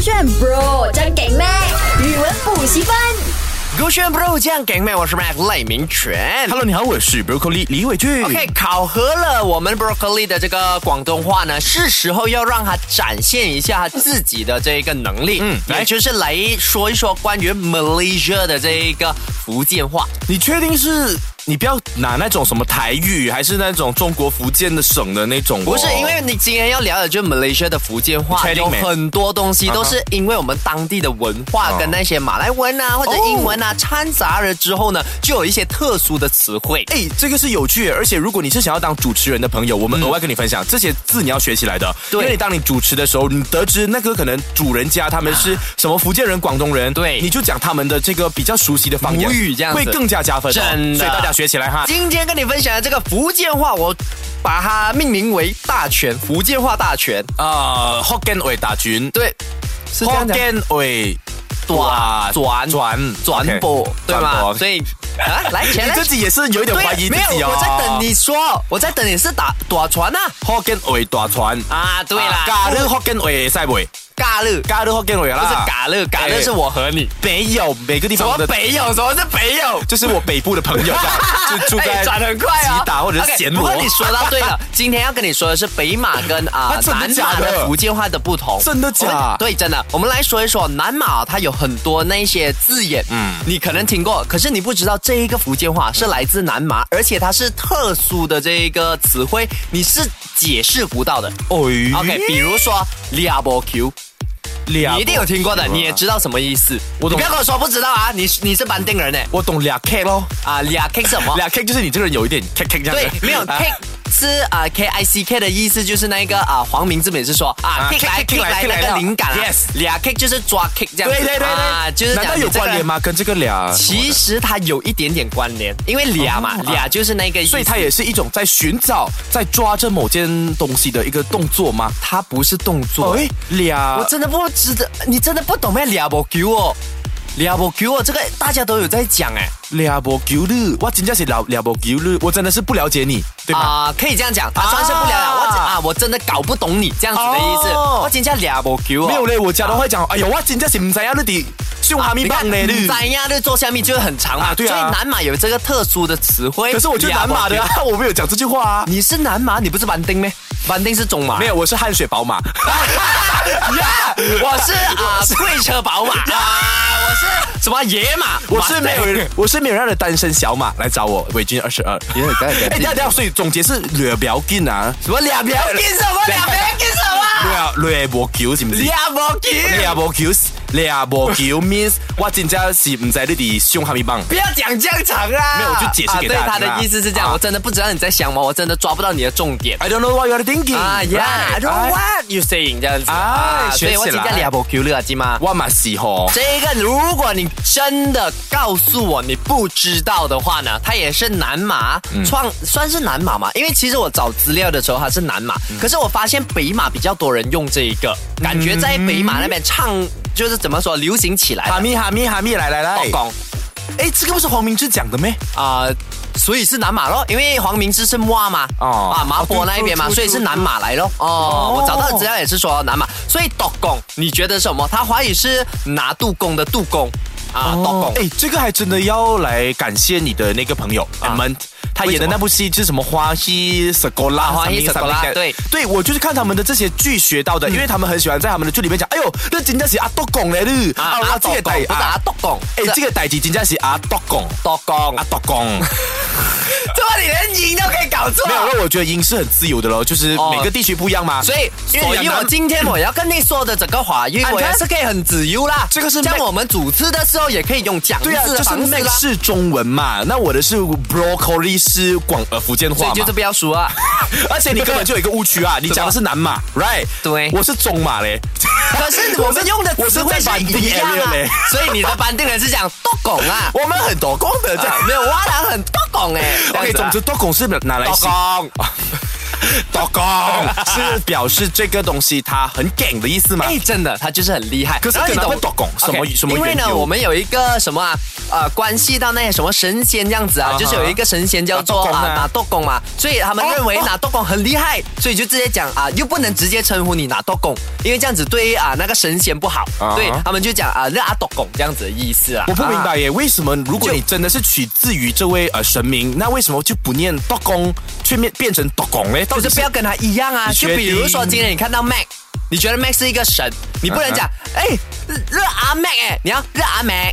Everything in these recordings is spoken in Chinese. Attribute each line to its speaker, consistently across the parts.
Speaker 1: 炫 Bro 真给力，语文补习班。
Speaker 2: 勾选 bro 酱给妹，我是 Mac 赖明全。
Speaker 3: Hello，你好，我是 Broccoli 李伟俊。
Speaker 2: OK，考核了我们 broccoli 的这个广东话呢，是时候要让他展现一下他自己的这个能力，嗯
Speaker 3: 嗯，
Speaker 2: 来
Speaker 3: 来
Speaker 2: 就是来说一说关于 Malaysia 的这一个福建话。
Speaker 3: 你确定是你不要拿那种什么台语，还是那种中国福建的省的那种哦、
Speaker 2: 不是，因为你今天要聊的就是 Malaysia 的福建话，
Speaker 3: 确定
Speaker 2: 有
Speaker 3: 没
Speaker 2: 很多东西都是因为我们当地的文化
Speaker 3: 哦
Speaker 2: 跟那些马来文啊或者
Speaker 3: 哦
Speaker 2: 英文啊掺杂了之后呢，就有一些特殊的词汇。
Speaker 3: 哎，这个是有趣的，而且如果你是想要当主持人的朋友，我们额外跟你分享、这些字你要学起来的，
Speaker 2: 对
Speaker 3: 因为你当你主持的时候，你得知那个可能主人家他们是什么福建人、广东人，
Speaker 2: 啊对
Speaker 3: 你就讲他们的这个比较熟悉的方言，
Speaker 2: 母语这样子
Speaker 3: 会更加加分、哦，
Speaker 2: 真的
Speaker 3: 所以大家学起来哈。
Speaker 2: 今天跟你分享的这个福建话，我把它命名为“大全”，福建话大全。
Speaker 3: 啊、呃、，Hokkien 伟大军，
Speaker 2: 对，是这样讲。
Speaker 3: ，Hokkien 伟
Speaker 2: 短转
Speaker 3: 转
Speaker 2: 转播，对吗？所
Speaker 3: 以
Speaker 2: 以啊，来前
Speaker 3: 你
Speaker 2: 来
Speaker 3: 自己也是有一点怀疑自
Speaker 2: 没有，
Speaker 3: 己哦。
Speaker 2: 我在等你说，我在等你是打短传啊。
Speaker 3: Hokkien 伟大船。
Speaker 2: 啊，对啦，
Speaker 3: 假日 Hokkien 伟赛不？
Speaker 2: 嘎日，
Speaker 3: 假日 Hokkien 伟
Speaker 2: 不
Speaker 3: 啦。
Speaker 2: 是嘎日，嘎日
Speaker 3: 哎
Speaker 2: 是我和你。
Speaker 3: 北有每个地
Speaker 2: 啊什
Speaker 3: 方
Speaker 2: 么
Speaker 3: 的，
Speaker 2: 北友？什么是北友？
Speaker 3: 就是我北部的朋 友，这样就住
Speaker 2: 哎
Speaker 3: 在
Speaker 2: 转很快啊、哦，
Speaker 3: 吉打或者是暹
Speaker 2: OK，不
Speaker 3: 罗
Speaker 2: 过。你说到对 了，今天要跟你说的是北马跟啊、
Speaker 3: 啊真的
Speaker 2: 南
Speaker 3: 假
Speaker 2: 马
Speaker 3: 的
Speaker 2: 的福建话的不同。
Speaker 3: 真的假
Speaker 2: 我们对，真的。我们来说一说南马，它有很多那些字眼，嗯
Speaker 3: 嗯，
Speaker 2: 你可能听过，可是你不知道这一个福建话是来自南马，而且它是特殊的这一个词汇，你是解释不到的。
Speaker 3: 哦
Speaker 2: OK，比如说 l a b o Q，
Speaker 3: 俩，
Speaker 2: 你一定有听过的，
Speaker 3: Q 啊
Speaker 2: 你也知道什么意思。
Speaker 3: 我
Speaker 2: 你
Speaker 3: 懂
Speaker 2: 不要跟我说不知道啊，你你是班定人呢。
Speaker 3: 我懂俩 K 咯，
Speaker 2: 啊 l a K 什么？
Speaker 3: 俩 K 就是你这个人有一点 K K 这样
Speaker 2: 对
Speaker 3: 的。，
Speaker 2: 没有
Speaker 3: 啊
Speaker 2: kick 是啊 K I C K 的意思就是那个啊黄明志每次说啊
Speaker 3: 啊
Speaker 2: kick 来
Speaker 3: kick
Speaker 2: kick 来
Speaker 3: kick 来
Speaker 2: 那个灵感啊
Speaker 3: Yes
Speaker 2: 俩 kick 就是抓 kick 这样子，
Speaker 3: 对对对
Speaker 2: 啊
Speaker 3: 对，
Speaker 2: 就是
Speaker 3: 难道有关联
Speaker 2: 吗？
Speaker 3: 吗？跟这个俩，
Speaker 2: 其实它有一点点关联，因为俩嘛，
Speaker 3: 哦
Speaker 2: 俩就是那个意思，
Speaker 3: 所以它也是一种在寻找、在抓着某件东西的一个动作吗？
Speaker 2: 它不是动作。
Speaker 3: 哎，俩，
Speaker 2: 哦我真的不知道，你真的不懂咩俩波 Q 哦，俩波 Q 哦，这个大家都有在讲哎。
Speaker 3: 俩波九日，我真的是俩俩波九日，我真的是不了解你，对吗？
Speaker 2: 啊、可以这样讲，啊，
Speaker 3: 啊
Speaker 2: 算是不了了，我只啊，我真的搞不懂你这样子的意思，
Speaker 3: 哦
Speaker 2: 我今天俩波 Q 哦，
Speaker 3: 没有嘞，我家都会讲，哎呦，我真的是唔知啊，你的胸哈密棒嘞，你。嗯
Speaker 2: 咱呀，就做下面就是很长嘛，
Speaker 3: 啊对
Speaker 2: 所
Speaker 3: 啊
Speaker 2: 以南马有这个特殊的词汇。
Speaker 3: 可是我就南马的
Speaker 2: 呀，
Speaker 3: 啊，我没有讲这句话啊。
Speaker 2: 你是南马，你不是班丁咩？班丁是中马，
Speaker 3: 没有，我是汗水宝 马。
Speaker 2: 呀，我是啊贵车宝马啊，我是什么野马，，
Speaker 3: 我是没有人我是没有让的单身小马来找我，伟军二十二。 哎，等一下等一下，所以总结是略表劲 啊，
Speaker 2: 什么两边跟什么两边跟什么
Speaker 3: 略略波球是不 是？
Speaker 2: 两毛钱。
Speaker 3: 俩波球，俩波球 means 我真的是唔知你的胸哈密棒。
Speaker 2: 不要讲这样长啊！
Speaker 3: 没有我就解释
Speaker 2: 啊对
Speaker 3: 给大家听啊
Speaker 2: 他的意思是这样，
Speaker 3: 啊
Speaker 2: 我真的不知道你在想什么，我真的抓不到你的重点。
Speaker 3: I don't know what you're thinking.
Speaker 2: 啊
Speaker 3: Right,
Speaker 2: ，Yeah，I don't
Speaker 3: Ah, I-
Speaker 2: want you saying 这样子
Speaker 3: 哎
Speaker 2: 啊，所以
Speaker 3: 学
Speaker 2: 我
Speaker 3: 起
Speaker 2: 今
Speaker 3: 来
Speaker 2: 天两毛球了，记吗？
Speaker 3: 我嘛是吼。
Speaker 2: 这个，如果你真的告诉我你不知道的话呢，它也是南马
Speaker 3: 嗯
Speaker 2: 创，算是南马嘛。因为其实我找资料的时候它是南马，
Speaker 3: 嗯
Speaker 2: 可是我发现北马比较多人用这一个，感觉在北马那边唱就是怎么说流行起来
Speaker 3: 哈密哈密哈密，来来来
Speaker 2: 哦，讲
Speaker 3: 哎，这个不是黄明志讲的咩？
Speaker 2: 啊。所以是南马咯，因为黄明志是马嘛，
Speaker 3: 哦
Speaker 2: 啊麻坡
Speaker 3: 哦对
Speaker 2: 那一边嘛，
Speaker 3: 对对
Speaker 2: 所以是南马来咯。哦，我找到的资料也是说南马，所以斗拱，你觉得是什么？它华语是拿杜公的杜公啊，斗拱。
Speaker 3: 哎，这个还真的要来感谢你的那个朋友
Speaker 2: 啊
Speaker 3: a m 他
Speaker 2: 为什么
Speaker 3: 演的那部戏就是什么《花西斯狗拉》
Speaker 2: 啊花西
Speaker 3: something-
Speaker 2: 斯狗拉
Speaker 3: something that-
Speaker 2: 对嗯
Speaker 3: 对，我就是看他们的这些剧学到的，因为他们很喜欢在他们的剧里面讲，哎呦，那真的是阿多贡来的，
Speaker 2: 啊，阿斗
Speaker 3: 这个
Speaker 2: 拱
Speaker 3: 代
Speaker 2: 不是啊阿斗拱，
Speaker 3: 哎，这
Speaker 2: 个
Speaker 3: 个代志真的是阿多贡，
Speaker 2: 斗拱
Speaker 3: 阿，多贡。
Speaker 2: 怎啊么你连音都可以搞错
Speaker 3: 没有，因为我觉得音是很自由的咯，就是
Speaker 2: 啊哦
Speaker 3: 每个地区不一样嘛。
Speaker 2: 所以，
Speaker 3: 因为
Speaker 2: 所以
Speaker 3: 两
Speaker 2: 我
Speaker 3: 南
Speaker 2: 今天我要跟你说的整个华语，
Speaker 3: 看
Speaker 2: 我也是可以很自由啦。
Speaker 3: 这个是
Speaker 2: 像
Speaker 3: Mac-
Speaker 2: 我们主持的时候也可以用讲
Speaker 3: 对啊，
Speaker 2: 字
Speaker 3: 就
Speaker 2: 的
Speaker 3: 是
Speaker 2: 方式
Speaker 3: Mac
Speaker 2: 啦，
Speaker 3: 是中文嘛，那我的是 Broccoli 是广呃福建
Speaker 2: 所
Speaker 3: 话
Speaker 2: 以就
Speaker 3: 嘛
Speaker 2: 是。不要输啊。
Speaker 3: 而且你根本就有一个误区啊，你讲的是南马，right？
Speaker 2: 对
Speaker 3: 我是中马嘞。
Speaker 2: 可是我们用的词汇是一样
Speaker 3: 我是在
Speaker 2: 啊
Speaker 3: 板定 area 嘞，
Speaker 2: 所以你的班定人是讲斗拱 啊，
Speaker 3: 我们很多功德这样
Speaker 2: 啊没有，我俩很斗拱哎。这
Speaker 3: OK，
Speaker 2: 样子啊
Speaker 3: 总之多拱是哪来
Speaker 2: 斗
Speaker 3: 形
Speaker 2: 拱。
Speaker 3: 多公是表示这个东西它很 gang 的意思吗？
Speaker 2: 哎，真的，他就是很厉害。
Speaker 3: 可是
Speaker 2: 然后你
Speaker 3: 可能
Speaker 2: 懂
Speaker 3: 会懂懂什么
Speaker 2: OK，
Speaker 3: 什么
Speaker 2: 因为呢
Speaker 3: 缘，由
Speaker 2: 我们有一个什么啊，呃，关系到那些什么神仙这样子啊
Speaker 3: 啊哈
Speaker 2: 就是有一个神仙叫做
Speaker 3: 拿豆公啊
Speaker 2: 啊拿豆公嘛，所以他们认为
Speaker 3: 哦哦
Speaker 2: 拿豆公很厉害，所以就直接讲啊，又不能直接称呼你拿豆公，因为这样子对啊那个神仙不好
Speaker 3: 啊哈
Speaker 2: 对他们就讲啊热阿豆公这样子的意思啊。
Speaker 3: 我不明
Speaker 2: 啊
Speaker 3: 白耶，为什么如果
Speaker 2: 就
Speaker 3: 你真的是取自于这位呃神明，那为什么就不念多公，却变变成多公嘞？到
Speaker 2: 就
Speaker 3: 底
Speaker 2: 是不要跟他一样啊。
Speaker 3: 你
Speaker 2: 就
Speaker 3: 确
Speaker 2: 比如说
Speaker 3: 定
Speaker 2: 今天你看到 Mac，你觉得 Mac 是一个神，你不能讲哎热阿 Mac 哎，你要热阿 Mac。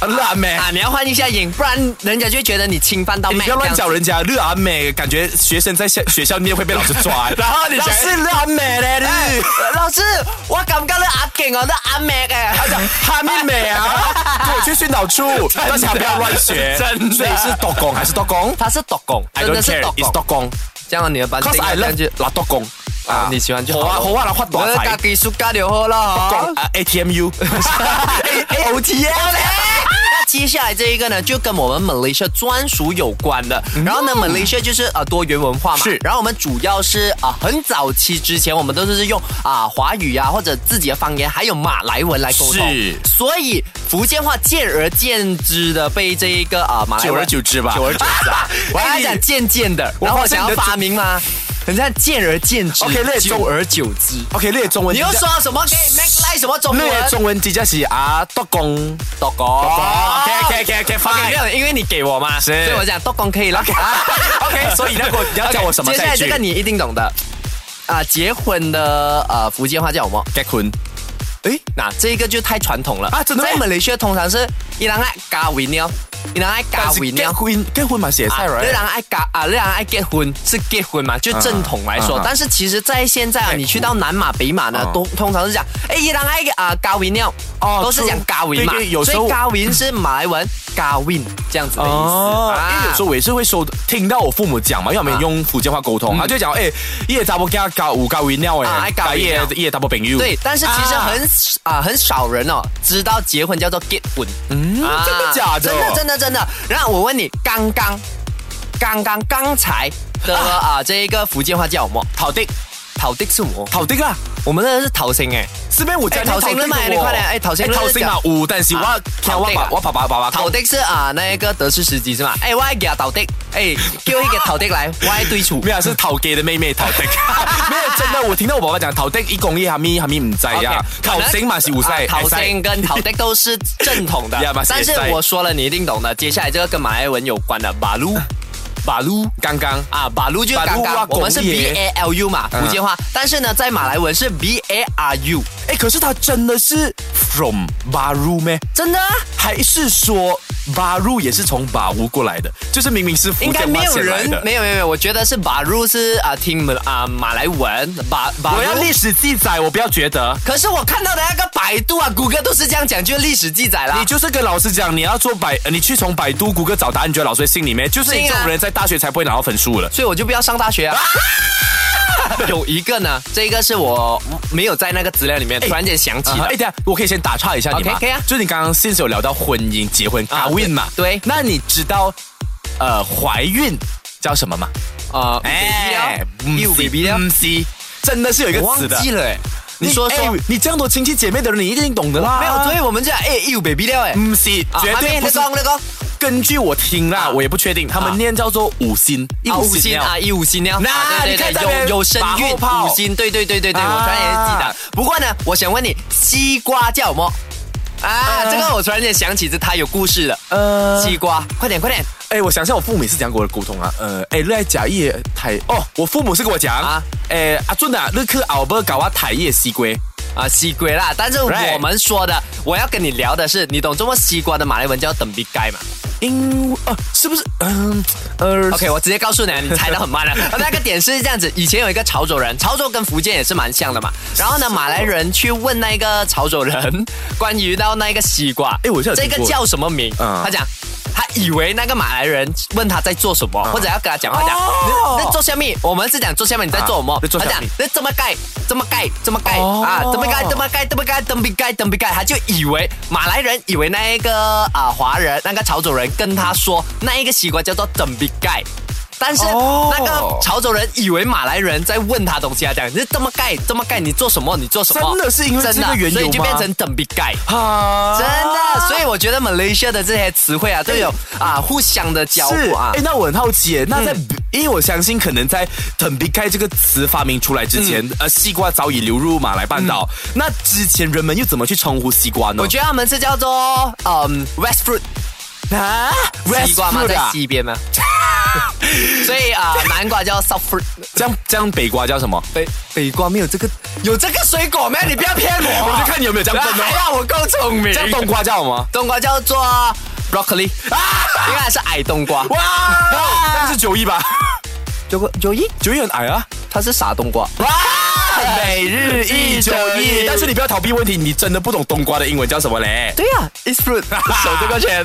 Speaker 3: 啊热阿妹。
Speaker 2: 啊，你要换一下音，不然人家就会觉得你侵犯到
Speaker 3: 哎你
Speaker 2: Mac
Speaker 3: 不要乱
Speaker 2: 这
Speaker 3: 叫
Speaker 2: 样子。
Speaker 3: 人家热阿妹，感觉学生在校学校念会被老师抓。然后
Speaker 2: 你
Speaker 3: 老
Speaker 2: 讲
Speaker 3: 师热阿妹嘞，
Speaker 2: 哎
Speaker 3: 你
Speaker 2: 老师，我感觉你阿劲哦，你阿 Mac 哎，他讲
Speaker 3: 哈密美啊， 对，去训导处，大家不要乱学。
Speaker 2: 啊真的啊
Speaker 3: 所以是多公还是多公
Speaker 2: 他是毒工，
Speaker 3: ？I
Speaker 2: 真
Speaker 3: don't
Speaker 2: 的是
Speaker 3: care,
Speaker 2: 毒
Speaker 3: it's 多
Speaker 2: 工。
Speaker 3: 公。
Speaker 2: 这样你的班
Speaker 3: Cause I
Speaker 2: 感觉
Speaker 3: love 拉多公
Speaker 2: 啊，你喜欢就好
Speaker 3: 好啊，
Speaker 2: 咯。
Speaker 3: 好啊，然后多
Speaker 2: 我大
Speaker 3: 仔。
Speaker 2: 技术加就好了哦
Speaker 3: 公。啊 ATMU。
Speaker 2: O T L 嘞。那接下来这一个呢，就跟我们 Malaysia 专属有关的。然后呢，Malaysia 就是呃多元文化嘛，
Speaker 3: 是
Speaker 2: 然后我们主要是啊、很早期之前，我们都是用啊、华语啊或者自己的方言，还有马来文来沟通，
Speaker 3: 是
Speaker 2: 所以福建话见而见之的被这一个啊、马来
Speaker 3: 久而
Speaker 2: 文
Speaker 3: 久之吧，，
Speaker 2: 久而久之啊 我
Speaker 3: 哎
Speaker 2: 还
Speaker 3: 你
Speaker 2: 想渐渐的，
Speaker 3: 我
Speaker 2: 然后
Speaker 3: 发
Speaker 2: 我
Speaker 3: 现
Speaker 2: 想
Speaker 3: 你
Speaker 2: 要
Speaker 3: 的
Speaker 2: 发明吗？很像见而见之
Speaker 3: OK，那也
Speaker 2: 久
Speaker 3: 中
Speaker 2: 而久之。
Speaker 3: OK，列中文
Speaker 2: 你
Speaker 3: 比
Speaker 2: 又
Speaker 3: 较，
Speaker 2: 说什么 make like 什么中文？
Speaker 3: 列中文直接是啊，多公
Speaker 2: 多哥
Speaker 3: 哦，OK，OK，OK，OK，fine
Speaker 2: 没有，因为你给我嘛，
Speaker 3: 是
Speaker 2: 所以我讲多工可以了。
Speaker 3: OK，所以那个你要叫我什么
Speaker 2: 接下
Speaker 3: 下
Speaker 2: 来
Speaker 3: 一句
Speaker 2: 这个你一定懂的。啊，结婚的呃福建话叫什么？
Speaker 3: 结婚
Speaker 2: 诶，那这个就太传统了
Speaker 3: 啊真的咩
Speaker 2: 在马来西亚通常是一人爱嫁为娘，一人爱嫁
Speaker 3: 但是
Speaker 2: 为
Speaker 3: 结
Speaker 2: 娘。
Speaker 3: 婚结婚嘛写
Speaker 2: 啊
Speaker 3: 菜，
Speaker 2: 那人
Speaker 3: right？
Speaker 2: 爱嫁啊，那人爱结婚是结婚嘛，就正统来
Speaker 3: 嗯
Speaker 2: 说
Speaker 3: 嗯。
Speaker 2: 但是其实，在现在啊，
Speaker 3: 结
Speaker 2: 你去到南马、北马呢
Speaker 3: 嗯，
Speaker 2: 通通常是讲，哎，一人爱啊高维尿，
Speaker 3: 哦
Speaker 2: 都是讲高维嘛
Speaker 3: 对对有，时
Speaker 2: 所
Speaker 3: 候
Speaker 2: 以高维是马来文高维这样子的意思
Speaker 3: 哦，因为有
Speaker 2: 啊
Speaker 3: 时候。我也是会收听到我父母讲嘛，因为我们用福建话沟通，他就会讲哎，夜大波加搞五高一尿
Speaker 2: 啊
Speaker 3: 哎
Speaker 2: 要，交
Speaker 3: 夜
Speaker 2: 饮料
Speaker 3: 夜大波朋友，
Speaker 2: 对，但是其实
Speaker 3: 啊
Speaker 2: 很啊很少人哦知道结婚叫做结婚，嗯
Speaker 3: 啊真的假的
Speaker 2: 真的真的真的。然后我问你，刚刚刚刚刚才的啊这一个福建话叫什么？讨的，讨的是我，
Speaker 3: 头的啊，
Speaker 2: 我们那个是讨生哎。
Speaker 3: 是咩？我
Speaker 2: 哎
Speaker 3: 讲
Speaker 2: 头先啦嘛你快点哎头先啦
Speaker 3: 头先嘛有，但是
Speaker 2: 啊
Speaker 3: 我听
Speaker 2: 头
Speaker 3: 我
Speaker 2: 的
Speaker 3: 爸
Speaker 2: 啊
Speaker 3: 我爸爸爸 爸
Speaker 2: 头
Speaker 3: 讲
Speaker 2: 的是啊，那一个德式司机是吗？哎，我爱给他头的，哎，叫一个头的 来，我爱对处
Speaker 3: 没。有，是陶给的妹妹陶的，没有真的，我听到我爸爸讲陶的一公一哈咪哈咪唔在哎呀，陶星嘛是五
Speaker 2: 啊
Speaker 3: 赛，
Speaker 2: 陶生跟陶的都是正统 的
Speaker 3: Yeah，but，
Speaker 2: 但是
Speaker 3: it's like-
Speaker 2: 我说了你一定懂的。接下来这个跟马来文有关 的马路。
Speaker 3: 巴鲁刚刚
Speaker 2: 啊，巴鲁就是刚
Speaker 3: 巴鲁啊
Speaker 2: 刚，我们是
Speaker 3: 狗
Speaker 2: B
Speaker 3: 爷
Speaker 2: A L U 嘛，
Speaker 3: 嗯
Speaker 2: 福建话，但是呢，在马来文是 B A R U，
Speaker 3: 哎，可是他真的是 from 巴鲁咩？
Speaker 2: 真的啊，
Speaker 3: 还是说巴鲁也是从巴乌过来的？就是明明是福
Speaker 2: 应该
Speaker 3: 建
Speaker 2: 没
Speaker 3: 话
Speaker 2: 有
Speaker 3: 先来
Speaker 2: 人，
Speaker 3: 的。
Speaker 2: 没有没有没有，我觉得是巴鲁是啊，听马啊马来文巴巴
Speaker 3: 我要
Speaker 2: 鲁
Speaker 3: 历。史记载，我不要觉得。
Speaker 2: 可是我看到的那个百度啊、谷歌都是这样讲，就是历史记载啦。
Speaker 3: 你就是跟老师讲，你要做百，呃你去从百度、谷歌找答案，你觉得老师会信你咩？就是你
Speaker 2: 信
Speaker 3: 这
Speaker 2: 啊
Speaker 3: 种人在大学才不会拿到分数了。
Speaker 2: 所以我就不要上大学啊。
Speaker 3: 啊
Speaker 2: 有一个呢，这个是我没有在那个资料里面，突然间想起
Speaker 3: 啊
Speaker 2: 的
Speaker 3: 哈哎，。等一下，我可以先打岔一下你吗
Speaker 2: OK，可以啊
Speaker 3: 就是你刚刚先是有聊到婚姻、结婚、
Speaker 2: 啊
Speaker 3: 啊、
Speaker 2: 对
Speaker 3: win 嘛？
Speaker 2: 对
Speaker 3: 那你知道，呃，怀孕叫什么哎嗯吗？
Speaker 2: 呃，有 baby 了，
Speaker 3: 不是，真的是有一个
Speaker 2: 我忘
Speaker 3: 词的。
Speaker 2: 记了哎。你说说
Speaker 3: 哎，你这样多亲戚姐妹的人，你一定懂的啦。
Speaker 2: 没有？所以我们就哎有 baby 了哎。
Speaker 3: 不是，
Speaker 2: 啊
Speaker 3: 嗯绝对
Speaker 2: 旁边
Speaker 3: 不
Speaker 2: 那
Speaker 3: 是。
Speaker 2: 个那个
Speaker 3: 根据我听啦，
Speaker 2: 啊
Speaker 3: 我也不确定，他们
Speaker 2: 啊
Speaker 3: 念叫做五星，一
Speaker 2: 啊五星
Speaker 3: 料
Speaker 2: 啊，一五星呢？
Speaker 3: 那
Speaker 2: 啊对对
Speaker 3: 你看
Speaker 2: 对
Speaker 3: 这边
Speaker 2: 有有身
Speaker 3: 马
Speaker 2: 孕
Speaker 3: 后炮
Speaker 2: 五星，对对对对对，
Speaker 3: 啊
Speaker 2: 我突然间记得。不过呢，我想问你，西瓜叫什么？啊，
Speaker 3: 呃
Speaker 2: 这个我突然间想起，这它有故事的。
Speaker 3: 呃，
Speaker 2: 西瓜，快点快点
Speaker 3: 哎，我想想，我父母也是怎样跟我沟通啊？呃，哎，你假叶台哦，我父母是跟我讲啊
Speaker 2: 啊，
Speaker 3: 哎，阿俊啊，你去澳门搞啊台叶西龟，
Speaker 2: 啊，西瓜啦！但是
Speaker 3: Right
Speaker 2: 我们说的，我要跟你聊的是，你懂中国西瓜的马来文叫等比盖嘛
Speaker 3: 因啊是不是？嗯呃
Speaker 2: ？OK，我直接告诉你，啊你猜的很 慢了。那个点是这样子，以前有一个潮州人，潮州跟福建也是蛮像的嘛。然后呢，马来人去问那个潮州人关于到那个西瓜，
Speaker 3: 哎我是有
Speaker 2: 这
Speaker 3: 听
Speaker 2: 个
Speaker 3: 过
Speaker 2: 叫什么名？
Speaker 3: 嗯
Speaker 2: 他讲。他以为那个马来人问他在做什么，或者要跟他讲话讲，
Speaker 3: 啊哦
Speaker 2: 那、做下面，我们是讲做下面你在做什么？
Speaker 3: 啊在做
Speaker 2: 他
Speaker 3: 虾
Speaker 2: 讲
Speaker 3: 米
Speaker 2: 那这么盖，这么盖，这么盖、
Speaker 3: 哦
Speaker 2: 啊，这么盖，这么盖，这么盖，登比盖，登比盖，他就以为马来人以为那一个啊华人那个潮州人跟他说那一个西瓜叫做登比盖。但是
Speaker 3: 哦
Speaker 2: 那个潮州人以为马来人在问他东西啊，这样你这么盖，这么盖，你做什么？你做什么？
Speaker 3: 真的是因为
Speaker 2: 真的
Speaker 3: 这个缘由
Speaker 2: 所
Speaker 3: 吗啊
Speaker 2: 以就变成等比盖。
Speaker 3: 哈
Speaker 2: 真的，所以我觉得 Malaysia 的这些词汇啊，都有啊互相的交
Speaker 3: 是
Speaker 2: 互啊嗯
Speaker 3: 哎，。那我很好奇耶，那在、因为我相信可能在“很避开”这个词发明出来之前，
Speaker 2: 嗯
Speaker 3: 呃，西瓜早已流入马来半岛。那之前人们又怎么去称呼西瓜呢？
Speaker 2: 我觉得他们是叫做嗯 West Fruit
Speaker 3: 得啊
Speaker 2: 西瓜吗？
Speaker 3: Fruit
Speaker 2: 在
Speaker 3: 啊
Speaker 2: 西 边吗？所以啊，南瓜叫 South Fruit，
Speaker 3: 这样这样北瓜叫什么？
Speaker 2: 北北瓜没有这个有这个水果咩？你不要骗我啊，
Speaker 3: 我就看你有没有这样 笨
Speaker 2: 哎
Speaker 3: 哦。
Speaker 2: 呀，我够聪明。
Speaker 3: 这样冬瓜叫什么？
Speaker 2: 冬瓜叫做 broccoli，啊，应该是矮冬瓜。
Speaker 3: 哇，那个是九一吧？
Speaker 2: 九个九一，
Speaker 3: 九一很矮啊。
Speaker 2: 它是傻冬瓜。
Speaker 3: 哇，每日一九一，但是你不要逃避问题，你真的不懂冬瓜的英文叫什么嘞？
Speaker 2: 啊 对呀、i t s fruit，手这个圈。